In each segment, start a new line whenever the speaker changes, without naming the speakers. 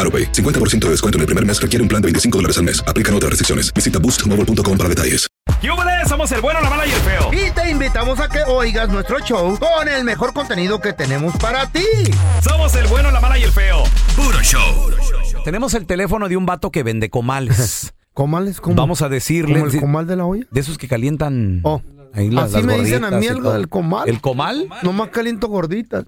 AroPay. 50% de descuento en el primer mes requiere un plan de 25 dólares al mes. Aplican otras restricciones. Visita boostmobile.com para detalles.
¡Yúbales! Somos el bueno, la mala y el feo.
Y te invitamos a que oigas nuestro show con el mejor contenido que tenemos para ti.
Somos el bueno, la mala y el feo. Puro show.
Tenemos el teléfono de un vato que vende comales.
¿Comales? ¿Cómo?
Vamos a decirle.
¿Como el comal de la olla?
De esos que calientan.
Oh.
ahí la-
Así
las
me dicen a
gorditas
mí
y
algo
todo.
del comal.
¿El comal?
Nomás caliento gorditas.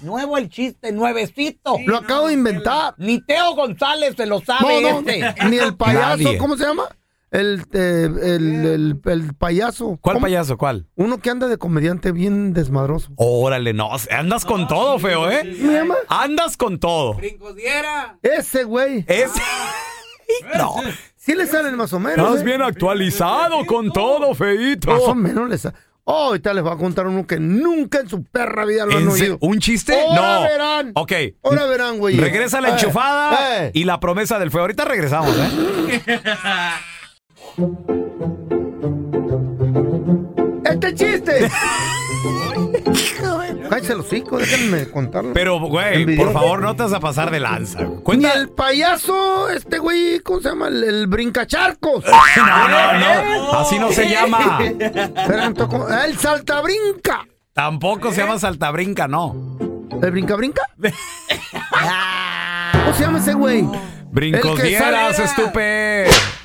Nuevo el chiste, nuevecito.
Lo acabo de inventar.
Ni Teo González se lo
No,
sabe
no,
este.
ni el payaso.
Nadie.
¿Cómo se llama? El, eh, el, el- el payaso.
¿Cuál
¿Cómo?
payaso? ¿Cuál?
Uno que anda de comediante bien desmadroso.
Órale, no. Andas con todo, feo, ¿eh?
¿Cómo se llama?
Andas con todo.
Ese güey.
Es. No,
Sí le salen más o menos.
estás
¿eh?
bien actualizado con todo, feito.
Más o menos le salen. Oh, ahorita les voy a contar uno que nunca en su perra vida lo han
¿En se-
oído.
¿Un chiste?
Ahora
no.
verán.
Ok.
Ahora verán, güey.
Regresa la
Eh,
enchufada
eh.
y la promesa del feo. Ahorita regresamos, ¿eh?
¡Este chiste! Cállese el hocico, déjenme contarlo.
Pero, güey, por
Envidioso.
favor, no te vas a pasar de lanza. güey.
Ni
Cuenta.
el payaso, este güey, ¿cómo se llama? El, el brincacharcos.
No, no, no. Así no se llama.
Pero me tocó- ah, el saltabrinca.
Tampoco se llama saltabrinca, no.
¿El brinca brinca? ¿Cómo se llama ese güey?
Brincosieras,
sale-
estupe.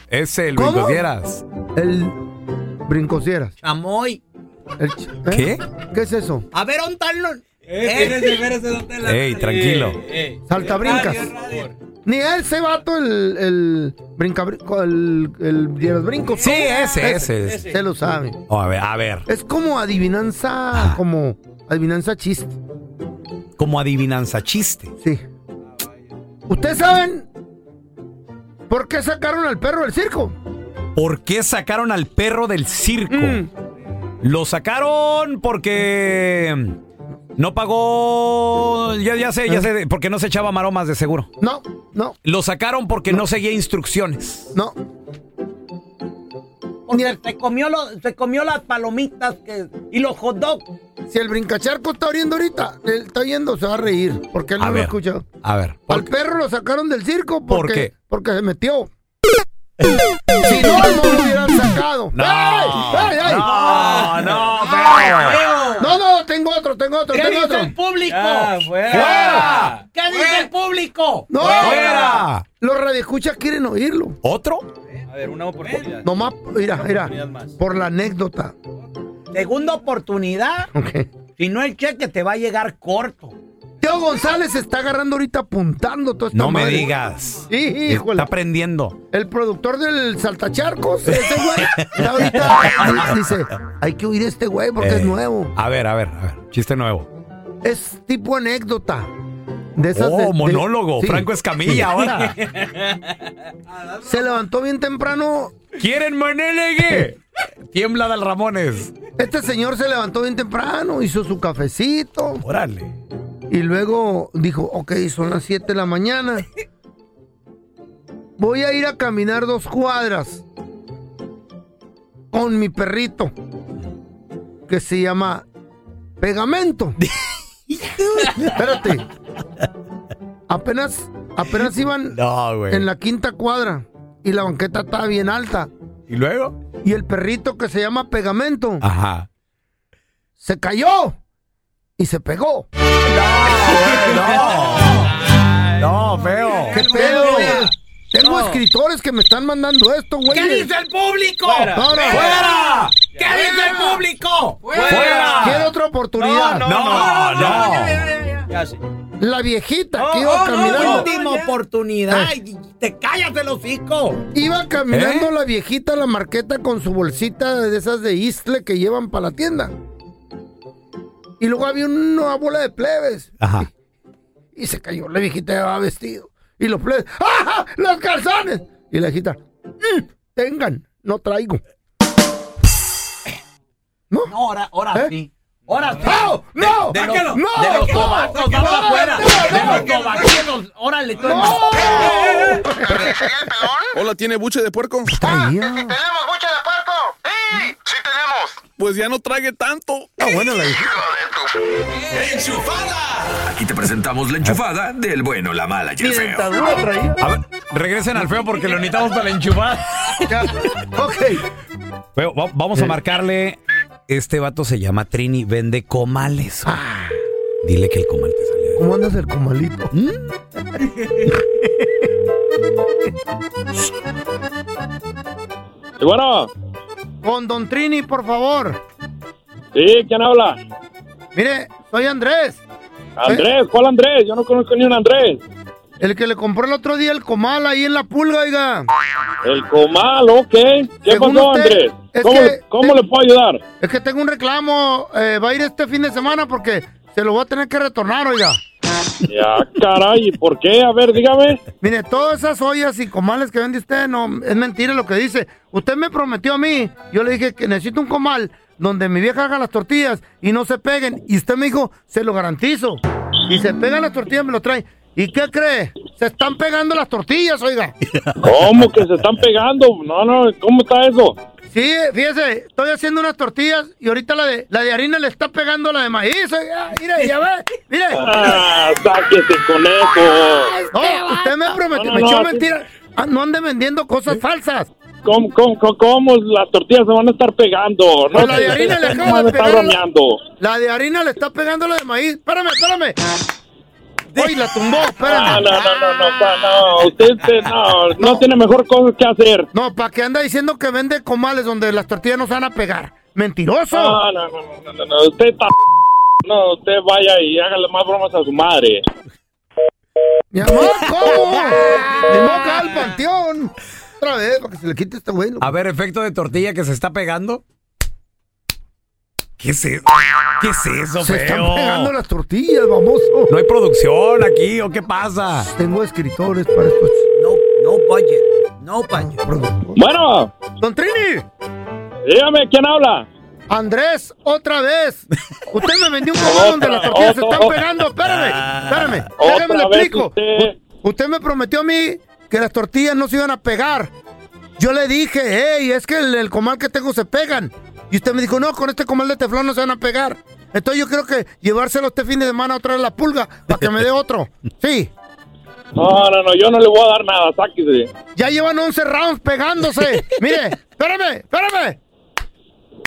Es el
¿Cómo?
brincosieras.
El brincosieras.
Chamoy.
El ch-
¿Qué?
¿eh? ¿Qué es eso?
A ver, ontarlo. Eh.
Ey, tranquilo.
Saltabrincas. Ni ese vato, el, el brinca brinco, el, el de los brincos.
Sí,
¿cómo?
ese, ese. ese.
Se lo sabe.
Oh, a ver, a ver.
Es como adivinanza, como adivinanza chiste.
Ah. Como adivinanza chiste.
Sí. ¿Ustedes saben por qué sacaron al perro del circo?
¿Por qué sacaron al perro del circo?
Mm.
Lo sacaron porque no pagó. Ya, ya sé,
Eh.
ya sé, porque no se echaba maromas de seguro.
No, no,
Lo sacaron porque no seguía instrucciones.
no. Ni
Porque
el-
se comió, lo- se comió las palomitas que, y los hot dogs.
Si el brincacharco está oriendo ahorita, él está oyendo, se va a reír, porque él
A
no lo
ver.
escuchó.
A ver,
Al perro lo sacaron del circo
¿Por
porque,
qué?
porque se metió. si no, no lo hubieran sacado.
No,
¡Ey! ¡Ey, ey!
no, no,
No, no, tengo otro, tengo otro,
¿Qué
tengo
dice
otro.
el público?
¡Fuera!
¿Qué dice el público?
No,
¡Fuera!
los radioescuchas quieren oírlo.
¿Otro?
Nomás, mira, mira, por la anécdota.
Segunda oportunidad.
Ok.
Si no, el cheque te va a llegar corto.
Teo González se está agarrando ahorita apuntando toda esta
No me
madre.
digas.
Sí, híjole.
Está aprendiendo.
El productor del saltacharcos, ese güey, está ahorita dice, hay que oír a este güey porque es
Eh,
nuevo.
A ver, a ver, a ver. Chiste nuevo.
Es tipo anécdota. De esas
oh,
de- de-
monólogo.
sí.
Franco Escamilla ahora.
Se levantó bien temprano.
¿Quieren Manelegue? Tiembla Dal Ramones.
Este señor se levantó bien temprano, hizo su cafecito
Órale.
y luego dijo, ok, son las 7 de la mañana. Voy a ir a caminar dos cuadras con mi perrito que se llama Pegamento. Espérate. Apenas, apenas iban
No, güey.
en la quinta cuadra y la banqueta estaba bien alta.
¿Y luego?
Y el perrito que se llama Pegamento
Ajá.
se cayó y se pegó.
No, feo.
¿Qué pedo? Tengo escritores que me están mandando esto, güey.
¿Qué dice el público?
No, no.
¡Fuera!
¿Qué dice el público?
¡Fuera!
Quiero otra oportunidad.
No, no, no.
La viejita que
Oh,
iba
no,
caminando.
última
Eh.
oportunidad. Ay, te callas el hocico.
Iba caminando
¿Eh?
la viejita a la marqueta con su bolsita de esas de Isle que llevan para la tienda. Y luego había una bola de plebes.
Ajá.
Y se cayó la viejita ya va vestido. Y los plebes, ¡ah! ¡Los calzones! Y la viejita, "Mm, tengan, no traigo. ¿No?
No, ahora, ahora
¿Eh?
sí. Ahora sí.
¡No! ¡No!
De, de los,
¡No!
de los
¡No!
tomatos,
¡No!
vamos afuera.
¡No!
De los
¡No!
tomaqueros, órale. tú.
¡No!
Hola, ¿tiene buche de puerco?
Pues Traía.
Ah, ¡Tenemos buche de puerco! ¡Sí! ¡Sí tenemos! Pues ya no trague tanto.
Ah, bueno, la viejita.
Aquí te presentamos la enchufada del bueno, la mala y el feo.
dentadura traía.
A ver, regresen al feo porque lo necesitamos para la enchufada.
Ya. Ok. Eh.
Feo, va- vamos a marcarle. Este vato se llama Trini, vende comales. güey. Dile que el comal te salió. de-
Ah. ¿Cómo andas el comalito?
Y bueno,
Con Don Trini, por favor.
sí, ¿quién habla?
Mire, soy Andrés.
Andrés, ¿cuál Andrés? Yo no conozco ni un Andrés.
El que le compró el otro día el comal ahí en la pulga, oiga.
El comal, ok. ¿Qué
Según
pasó,
usted,
Andrés?
es
¿Cómo,
que-
le- cómo le puedo ayudar?
Es que tengo un reclamo. eh, va a ir este fin de semana porque se lo voy a tener que retornar, oiga.
Ya, caray, ¿y ¿por qué? A ver, dígame.
Mire, todas esas ollas y comales que vende usted, no, es mentira lo que dice. Usted me prometió a mí, yo le dije que necesito un comal donde mi vieja haga las tortillas y no se peguen. Y usted me dijo, se lo garantizo. Y se pegan las tortillas, me lo trae. ¿Y qué cree? Se están pegando las tortillas, oiga.
¿Cómo que se están pegando? No, no, ¿cómo está eso?
Sí, fíjese, estoy haciendo unas tortillas y ahorita la de, la de harina le está pegando a la de maíz. Oiga. Mire, ya ve, mire.
Ah, sáquese con eso.
No, usted me prometió,
Este No, no,
me
no,
echó
sí.
mentira. Ah, No ande vendiendo cosas falsas.
¿Cómo, cómo, cómo, cómo las tortillas se van a estar pegando?
Pues la de harina le acabo de
me está
pegar.
bromeando.
La de harina le está pegando la de maíz. Espérame, espérame. Uy, la tumbó,
No, no,
espérame.
Ah, no, no, no, pa- no, usted, usted, no, no, tiene mejor cosa que hacer.
No, ¿para qué anda diciendo que vende comales donde las tortillas no se van a pegar? ¡Mentiroso!
Ah, No, no, no, no, no, no, usted está... No, usted vaya y hágale más bromas a su madre.
Mi amor, ¿cómo? Mi moca al panteón. Otra vez, para que se le quite este güey. loco.
A ver, efecto de tortilla que se está pegando. ¿Qué es eso? ¿Qué es eso,
Se están
feo?
pegando las tortillas, baboso.
No hay producción aquí, ¿o qué pasa?
Tengo escritores para estos
No, no budget. No budget.
productores.
Bueno,
Don Trini,
dígame, ¿quién habla?
Andrés, otra vez. Usted me vendió un comal donde las tortillas se
otra,
están
otra.
pegando. Espérame, espérame. Déjame le
Otra vez
explico.
usted...
Usted me prometió a mí que las tortillas no se iban a pegar. Yo le dije, hey, es que el, el comal que tengo se pegan. Y usted me dijo, no, con este comal de teflón no se van a pegar. Entonces yo creo que llevárselo este fin de semana otra vez a la pulga para que me dé otro. Sí,
No, no, no, yo no le voy a dar nada, sáquese.
ya llevan 11 rounds pegándose. Mire, espérame, espérame.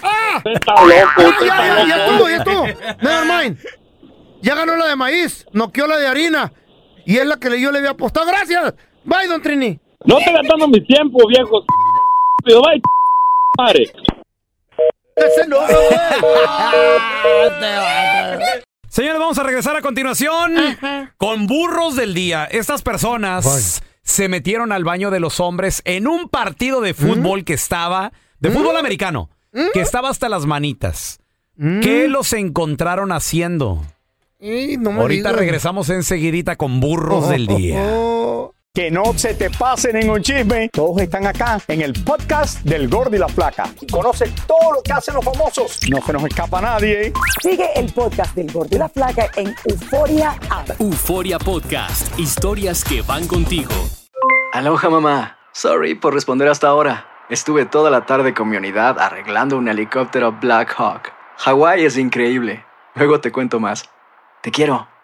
¡Ah!
Usted está loco,
¡Ah,
usted
ya, ya,
está
ya
loco.
estuvo, ya estuvo! Never mind. Ya ganó la de maíz, noqueó la de harina. Y es la que yo le había apostado. ¡Gracias! Bye, don Trini.
No te gastando mi tiempo, viejo. Pero vaya, madre.
Ese no,
Señores, vamos a regresar a continuación con burros del día. Estas personas se metieron al baño de los hombres en un partido de fútbol que estaba, de fútbol americano, que estaba hasta las manitas. ¿Qué los encontraron haciendo?
Y no me
Ahorita
digas.
regresamos enseguidita con burros del día.
Oh,
Que no se te pase ningún chisme. Todos están acá en el podcast del Gordi y la Flaca. Y conoce todo lo que hacen los famosos. No se nos escapa nadie.
Sigue el podcast del Gordo y la Flaca en Euforia App.
Euforia Podcast. Historias que van contigo.
Aloha mamá. Sorry por responder hasta ahora. Estuve toda la tarde con mi unidad arreglando un helicóptero Black Hawk. Hawái es increíble. Luego te cuento más. Te quiero.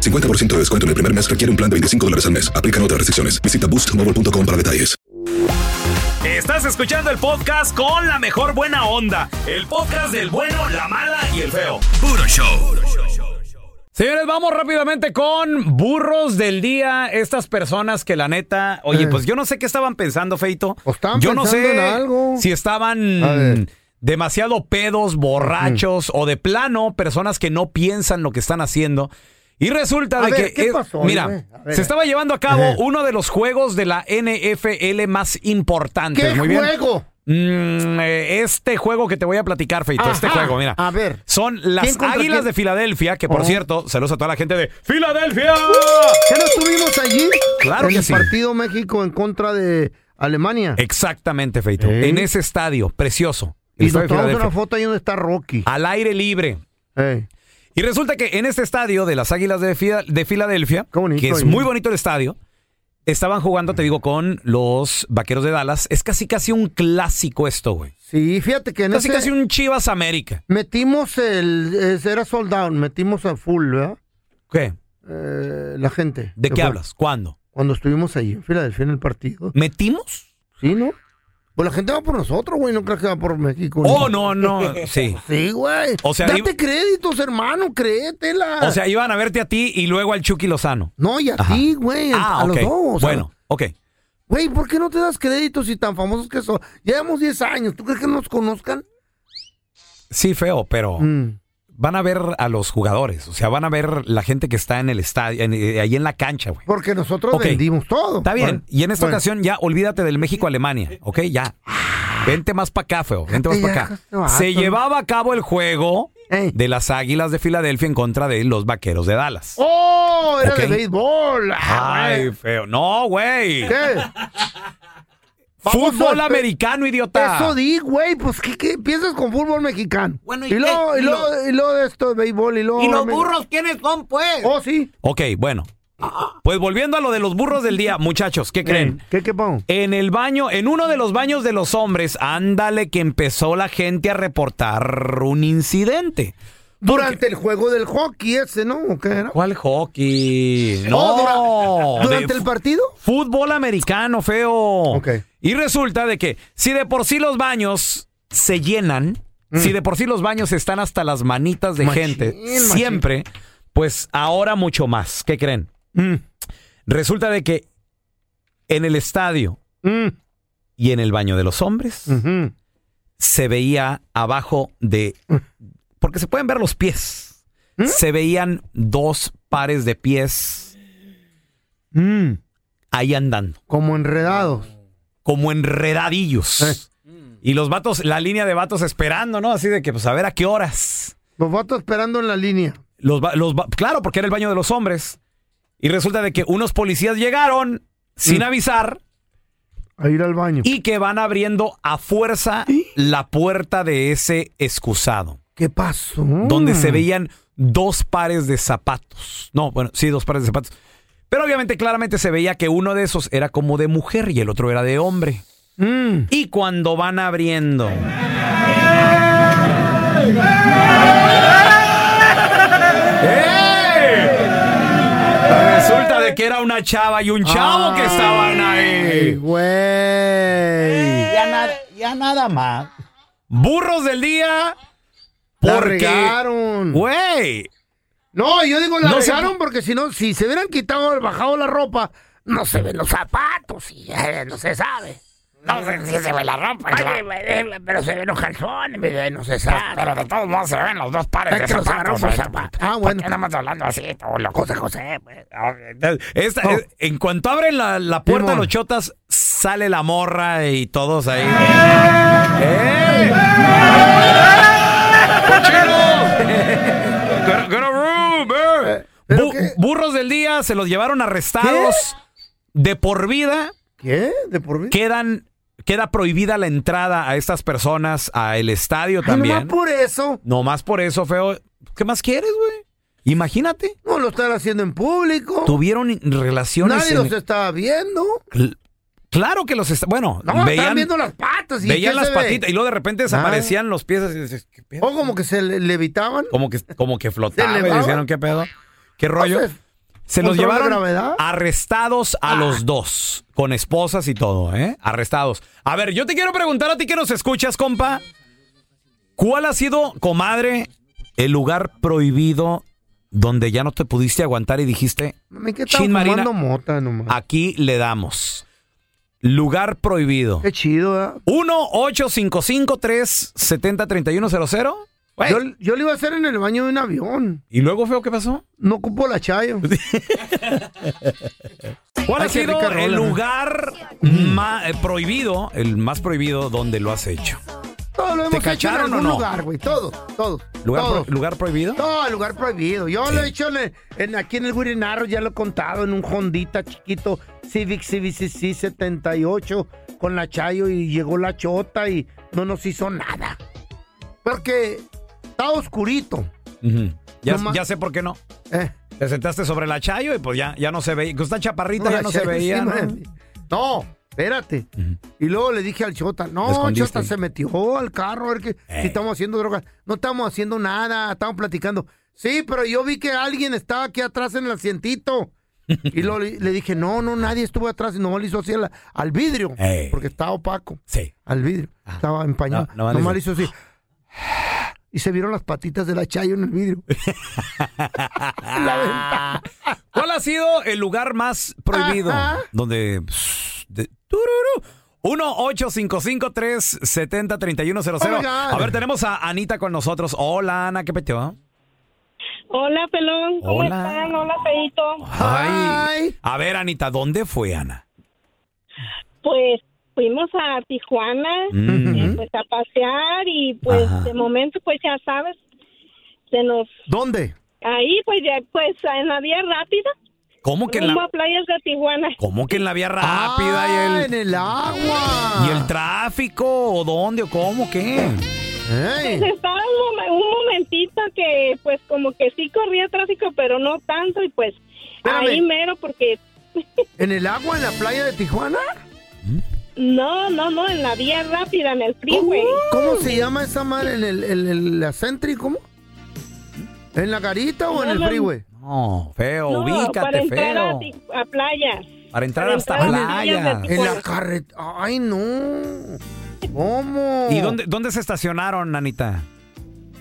50% de descuento en el primer mes requiere un plan de 25 dólares al mes. Aplican otras restricciones. Visita boostmobile.com para detalles.
Estás escuchando el podcast con la mejor buena onda. El podcast del bueno, la mala y el feo. Puro show.
Señores, vamos rápidamente con burros del día. Estas personas que la neta, oye,
Eh.
pues yo no sé qué estaban pensando, Feito.
estaban
yo no
pensando
sé
en algo.
si
A
estaban
ver.
demasiado pedos, borrachos o de plano personas que no piensan lo que están haciendo. Y resulta
A
de
ver,
que
¿qué
eh,
pasó, güey?
mira,
A ver.
se estaba llevando a cabo
Ajá.
uno de los juegos de la NFL más importantes.
¿Qué
Muy bien.
juego?
Mm, eh, este juego que te voy a platicar, Feito, este
Ajá.
juego, mira.
A ver.
Son las
¿Quién contra
Águilas
quién?
de Filadelfia, que por
Oh.
cierto, saludos a toda la gente de Filadelfia.
¿Ya no estuvimos allí?
Claro
en
que
el
sí.
partido México en contra de Alemania.
Exactamente, Feito.
Ey.
En ese estadio, precioso. el
Y
estadio
nos
de
tomamos una
Filadelfia,
foto ahí donde está Rocky.
Al aire libre. Y resulta que en este estadio de las Águilas de, Fia- de Filadelfia, que es
ahí.
muy bonito el estadio, estaban jugando, te digo, con los Vaqueros de Dallas. Es casi casi un clásico esto, güey.
Sí, fíjate que en
Casi
ese
casi un Chivas América.
metimos el... eh, Era sold out, metimos a full, ¿verdad? Eh,
¿Qué?
la gente.
¿De
que
qué
fue.
hablas? ¿Cuándo?
Cuando estuvimos ahí en Filadelfia en el partido.
¿Metimos?
Sí, ¿no? Pues la gente va por nosotros, güey. No creas que va por México.
Oh, no, no. Sí.
Sí, güey.
O sea,
Date
iba-
créditos, hermano, créetela.
O sea, iban a verte a ti y luego al Chucky Lozano.
No, y a
Ajá.
ti, güey.
Ah,
a
ok.
los dos. o sea,
Bueno, ok.
Güey, ¿por qué no te das créditos y tan famosos que son? Llevamos 10 años. ¿Tú crees que nos conozcan?
Sí, feo, pero
Mm.
van a ver a los jugadores. O sea, van a ver la gente que está en el estadio, en- eh, ahí en la cancha, güey.
Porque nosotros
Ok.
vendimos todo.
Está bien.
Bueno,
y en esta
bueno.
ocasión ya olvídate del México-Alemania, ¿ok? Ya. Vente más para acá, feo. Vente más
Ah. Ya,
para acá.
este vato.
Se llevaba a cabo el juego de las Águilas de Filadelfia en contra de los Vaqueros de Dallas.
¡Oh! Era
Ok.
de béisbol. Ah,
Ay,
güey.
feo. No, güey.
¿Qué?
Fútbol
Famoso,
americano, idiota.
Eso di, güey. Pues, ¿qué, qué piensas con fútbol mexicano?
Bueno, ¿y
y luego,
qué?
y luego, y luego de esto, de béisbol, y luego... ahora me-
quiénes son, pues?
Oh, sí.
Ok, bueno. Pues volviendo a lo de los burros del día, muchachos, ¿qué creen?
Eh, ¿Qué, qué pongo?
En el baño, en uno de los baños de los hombres, ándale que empezó la gente a reportar un incidente.
Durante el juego del hockey ese, ¿no? ¿O qué era?
¿Cuál hockey? No,
Oh, dura-
de
¿Durante el partido?
fútbol americano, feo. Y resulta de que si de por sí los baños se llenan, si de por sí los baños están hasta las manitas de
Mm. Machín,
gente,
machín.
siempre, pues ahora mucho más. ¿Qué creen?
Mm.
Resulta de que en el estadio
Mm.
y en el baño de los hombres se veía abajo de... Porque se pueden ver los pies.
¿Mm?
Se veían dos pares de pies ahí andando,
Mm. Como enredados.
como enredadillos. Y los vatos, la línea de vatos esperando, ¿no? Así de que, pues a ver a qué horas.
Los vatos esperando en la línea.
Los, va- los va- claro, porque era el baño de los hombres. Y resulta de que unos policías llegaron sin avisar
Mm. A ir al baño.
y que van abriendo a fuerza la puerta de ese excusado,
¿Qué pasó?
donde
Mm.
se veían dos pares de zapatos. No, bueno, sí, dos pares de zapatos. Pero obviamente claramente se veía que uno de esos era como de mujer y el otro era de hombre.
Mm.
Y cuando van abriendo,
¡Eh!
resulta de que era una chava y un chavo que estaban
Ay,
ahí.
güey.
Ya, nada más. Burros del día.
La
Porque,
regaron.
güey,
No, yo digo, la
No se
regaron
pu-
porque si no, si se hubieran quitado, bajado la ropa,
no se ven los zapatos y eh, no se sabe. No sé si se ve la ropa,
claro.
pero se ven los calzones, mi bebé, no se sabe.
Pero de todos modos se ven los dos pares
Es
de
que los agarró
zapatos.
por
¿eh?
zapatos.
Ah, bueno. ¿Por qué más hablando así? Todo loco de José, pues.
Esta-
Oh.
eh, en cuanto abren la, la puerta los chotas, sale la morra y todos ahí. ¡Eh! Got- got a room, eh. Bu- burros del día se los llevaron arrestados de por vida.
¿Qué? ¿De por vida?
Quedan, queda prohibida la entrada a estas personas al estadio
Nomás
también.
por eso.
Nomás por eso, feo. ¿Qué más quieres, güey? Imagínate.
No lo están haciendo en público.
Tuvieron in- relaciones.
Nadie
en-
los está viendo.
Cl- Claro que los está. Bueno,
No, están
veían,
viendo las patas. Y
veían
¿qué
las
se ve? Ah.
patitas y luego de repente desaparecían los pies. así, dices, ¿qué pedo?
O como que se le- levitaban.
Como que, como que flotaban. y
elevaban.
decían, Ah, ¿qué pedo? ¿Qué rollo?
Entonces,
Se los
¿control de
llevaron
gravedad? Ah.
arrestados a los dos, con esposas y todo, ¿eh? Arrestados. A ver, yo te quiero preguntar a ti que nos escuchas, compa. ¿Cuál ha sido, comadre, el lugar prohibido donde ya no te pudiste aguantar y dijiste,
Mami, ¿qué estaba
Chin Marina,
fumando mota nomás?
aquí le damos? Lugar prohibido.
Qué chido, ¿eh? ¿verdad?
1-855-370-3100. Güey,
Yo, yo lo iba a hacer en el baño de un avión.
¿Y luego, feo, qué pasó?
No ocupo la chayo.
¿Cuál
Ay,
ha
qué
sido
rica rola,
el
¿no? Mm.
lugar ma- eh, prohibido, el más prohibido donde lo has hecho?
Todo
¿Te
lo hemos hecho en
cacharon o
algún
no?
lugar, güey. Todo, todo.
¿Lugar,
todo.
pro- lugar prohibido?
Todo, lugar prohibido. Yo lo he hecho en el- en- aquí en el Guirinarro, ya lo he contado, en un Hondita chiquito, Civic CVCC 78, con la Chayo y llegó la Chota y no nos hizo nada. Porque está oscurito.
Ujú. ya,
Nomás-
ya sé por qué no.
Eh.
Te sentaste sobre la chayo y pues ya, ya no se veía. Con esta chaparrita ya
la
no se
Chayo
veía.
sí
¿no?
me- No, espérate. Y luego le dije al Chota,
Te
no,
escondiste.
Chota se metió al carro, a ver que si estamos haciendo drogas. No estamos haciendo nada, estamos platicando. Sí, pero yo vi que alguien estaba aquí atrás en el asientito. Y luego le, le dije, no, no, nadie estuvo atrás y nomás le hizo así al, al vidrio. Porque estaba opaco.
Sí.
Al vidrio. Estaba empañado.
Ah. No, nomás le
nomás le hizo así. Y se vieron las patitas de la Chayo en el vidrio.
Ah. ¿Cuál ha sido el lugar más prohibido?
Ajá.
Donde. pss, de- tururú. 1-855-370-3100.
Oh, my God.
a ver, tenemos a Anita con nosotros. Hola, Ana, ¿qué peteo?
Hola, pelón. ¿Cómo
Hola.
están? Hola, Feito.
Ay. A ver, Anita, ¿dónde fue, Ana?
Pues fuimos a Tijuana,
Mm.
eh, pues a pasear y pues
Ajá.
de momento, pues ya sabes, se nos...
¿Dónde?
Ahí, pues ya, pues en la vía rápida.
¿Cómo que en
rumbo
la,
a playas de Tijuana.
cómo que en la vía rápida y el.
agua.
¿Y el tráfico? ¿O dónde? ¿O cómo? ¿Qué?
Pues estaba un, mom- un momentito que pues como que sí corría el tráfico, pero no tanto y pues ahí mero porque...
¿En el agua, en la playa de Tijuana?
No, no, no, en la vía rápida, en el freeway.
¿Cómo se llama esa madre? ¿En el, en el, la Sentry? ¿Cómo? ¿En la garita o en
No,
el
no.
freeway?
No, feo,
No, para
ubícate,
entrar a
feo.
Ti- a playas.
Para entrar
para
hasta
entrar a las vías de
playa.
Tijuana.
En la carretera. ¡Ay, no! ¿Cómo?
¿Y dónde, dónde se estacionaron, Anita?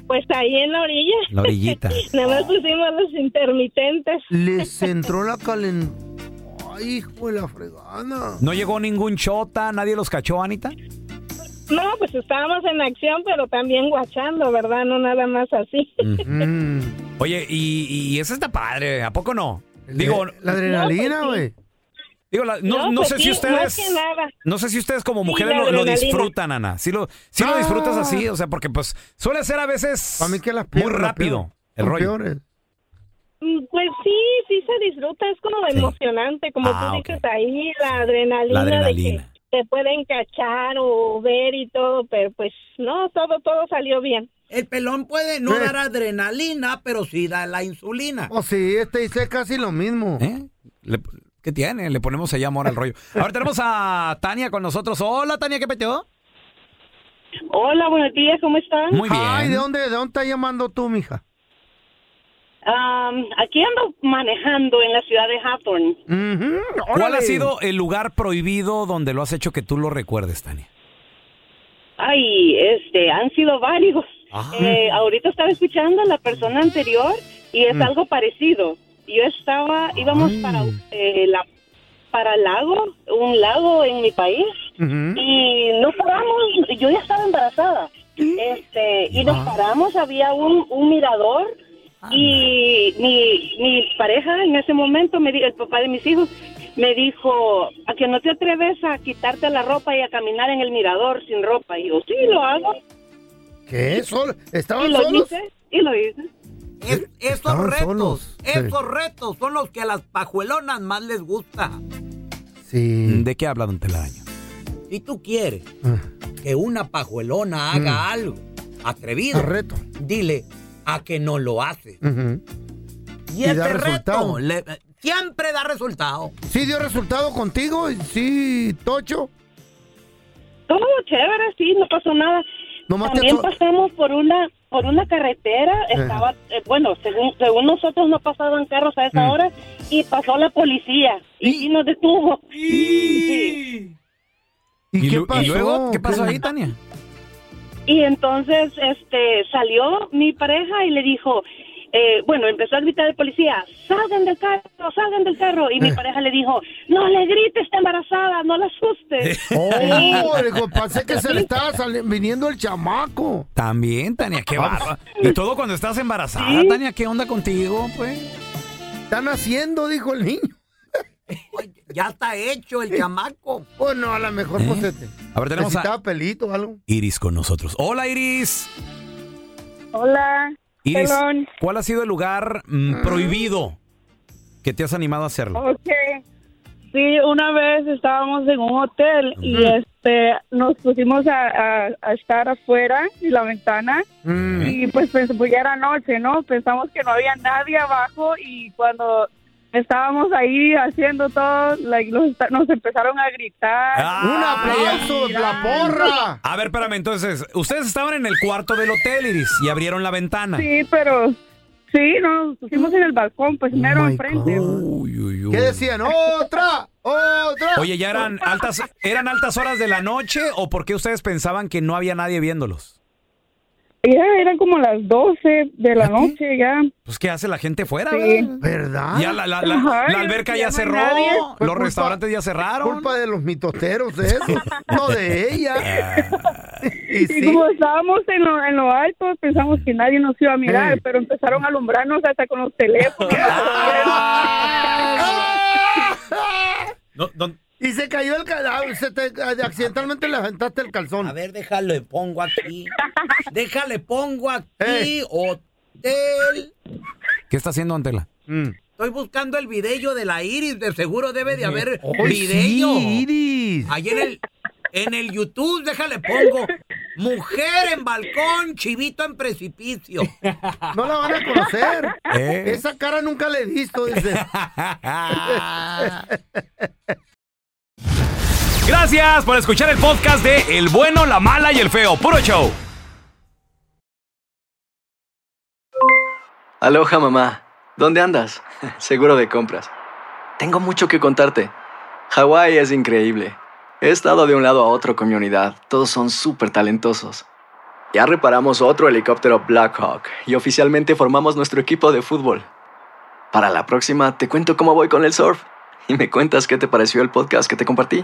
Pues ahí en la orilla.
La orillita.
Nada más pusimos los intermitentes.
Les entró la calentura. ¡Ay, hijo de la fregada!
¿No llegó ningún chota? ¿Nadie los cachó, Anita?
No, pues estábamos en acción, pero también guachando, ¿verdad? No nada más así.
Mm.
Oye, y, y eso está padre, ¿a poco no? Digo,
La adrenalina,
No, pues
güey.
digo la- no,
No,
no
pues
sé
sí,
si
más
ustedes...
que nada.
No sé si ustedes como
Sí,
mujeres
la
lo, lo
adrenalina.
disfrutan, Ana. Si lo, sí lo
Ah.
disfrutas así, o sea, porque pues suele ser a veces
Para mí que las
muy
peores, las
rápido
peores.
el
Son
rollo.
peores.
Mm, Pues sí, sí se disfruta, es como emocionante, como
Ah,
tú dices ahí, la adrenalina,
La adrenalina.
de que te pueden cachar o ver y todo, pero pues no, todo, todo salió bien.
El pelón puede no dar adrenalina, pero sí da la insulina.
Oh, sí, este dice casi lo mismo.
¿Eh? Le- ¿Qué tiene? Le ponemos allá amor al rollo. Ahora tenemos a Tania con nosotros. Hola, Tania, ¿qué peteo?
Hola, buenos días, ¿cómo están?
Muy bien.
Ay, ¿de dónde, ¿de dónde estás llamando tú, mija?
Am, aquí ando manejando en la ciudad de Hawthorne.
Mm,
¿Cuál ha sido el lugar prohibido donde lo has hecho que tú lo recuerdes, Tania?
Ay, este, han sido varios.
Ah.
Eh, ahorita estaba escuchando a la persona anterior y es
Mm. Ah.
algo parecido. Yo estaba, íbamos para eh, la, para el lago, un lago en mi país, y no paramos, yo ya estaba embarazada, este, y nos
Ah.
paramos, había un, un mirador, y mi, mi pareja en ese momento, me di- el papá de mis hijos, me dijo, a que no te atreves a quitarte la ropa y a caminar en el mirador sin ropa, y yo, sí, lo hago,
¿Qué? ¿Sol?
y
¿Estaban
lo
solos?
hice, y lo hice.
Estos retos,
solos.
esos retos son los que a las pajuelonas más les gusta.
Sí.
¿De qué habla Don Telaraño?
Si tú quieres
Ah.
que una pajuelona haga
Mm.
algo
Ah,
atrevido, dile a que no lo hace. Y,
Y
este
da
reto
resultado.
le-
eh,
siempre da resultado.
¿Sí dio resultado contigo? ¿Sí, Tocho?
Todo chévere, sí, no pasó nada.
Nomás te
También
ato-
pasamos por una por una carretera,
Ajá.
estaba, eh, bueno, según, según nosotros no pasaban carros a esa
Mm.
hora y pasó la policía y, sí nos detuvo. Sí.
¿Y,
lu-
qué pasó?
luego? ¿Qué pasó ahí,
¿Qué?
Tania?
Y entonces este salió mi pareja y le dijo, eh, bueno, empezó a gritar el policía, salgan del carro, salgan del carro. Y mi
Eh.
pareja le dijo, no le grites, está embarazada, no la asustes.
Oh, dijo, pensé que se le estaba sali- viniendo el chamaco.
También, Tania, qué barba. De todo cuando estás embarazada, Ah, Tania, ¿qué onda contigo, pues?
Están haciendo, dijo el niño.
ya está hecho el chamaco.
Pues no, a lo mejor pues, este,
¿Eh? A ver, tenemos
necesitaba
a
pelito o algo.
Iris con nosotros. Oh, Hola, Iris.
Hola.
Iris,
Pelón.
¿cuál ha sido el lugar
Ah.
mm, prohibido que te has animado a
Oh,
hacerlo?
Ok. Sí, una vez estábamos en un hotel y este nos pusimos a, a- a estar afuera en la ventana
Mm.
y pues, pens- pues ya era noche, ¿no? Pensamos que no había nadie abajo y cuando estábamos ahí haciendo todo, like, nos, esta- nos empezaron a gritar.
¡Un aplauso, la porra!
Ah. A ver, espérame, entonces, ustedes estaban en el cuarto del hotel, Iris, y abrieron la ventana.
Sí, pero sí, nos pusimos en el balcón,
Oh
pues mero enfrente.
¿Qué decían? ¡Otra! ¡Otra!
Oye, ¿ya eran altas, eran altas horas de la noche o por qué ustedes pensaban que no había nadie viéndolos?
Ya eran como las 12 de la noche ya.
Pues, ¿qué hace la gente fuera?
Sí.
¿Verdad?
Ya la, la- la-
Ajá,
la alberca
ya
ya
no hay
cerró,
nadie.
los
Fue culpa-
restaurantes ya cerraron.
Culpa de los mitoteros de eso, no de ella.
Y, como estábamos en lo, en lo alto, pensamos que nadie nos iba a mirar,
Ey.
pero empezaron a alumbrarnos hasta con los teléfonos.
Y se cayó el cadáver, se te, ah, accidentalmente le aventaste el calzón. A
ver, déjale, pongo aquí. Déjale, pongo aquí
Eh.
hotel.
¿Qué está haciendo Antela?
Mm.
Estoy buscando el video de la Iris, de seguro
Eh,
debe de haber
Oh, sí,
video.
Iris.
Ahí en el, en el YouTube, déjale pongo. Mujer en balcón, chivito en precipicio.
No la van a conocer.
¿Eh?
Esa cara nunca la he visto. dice.
Gracias por escuchar el podcast de El bueno, la mala y el feo. Puro show.
Aloha mamá, ¿dónde andas? Seguro de compras. Tengo mucho que contarte. Hawái es increíble. He estado de un lado a otro con mi unidad. Todos son súper talentosos. Ya reparamos otro helicóptero Blackhawk y oficialmente formamos nuestro equipo de fútbol. Para la próxima te cuento cómo voy con el surf y me cuentas qué te pareció el podcast que te compartí,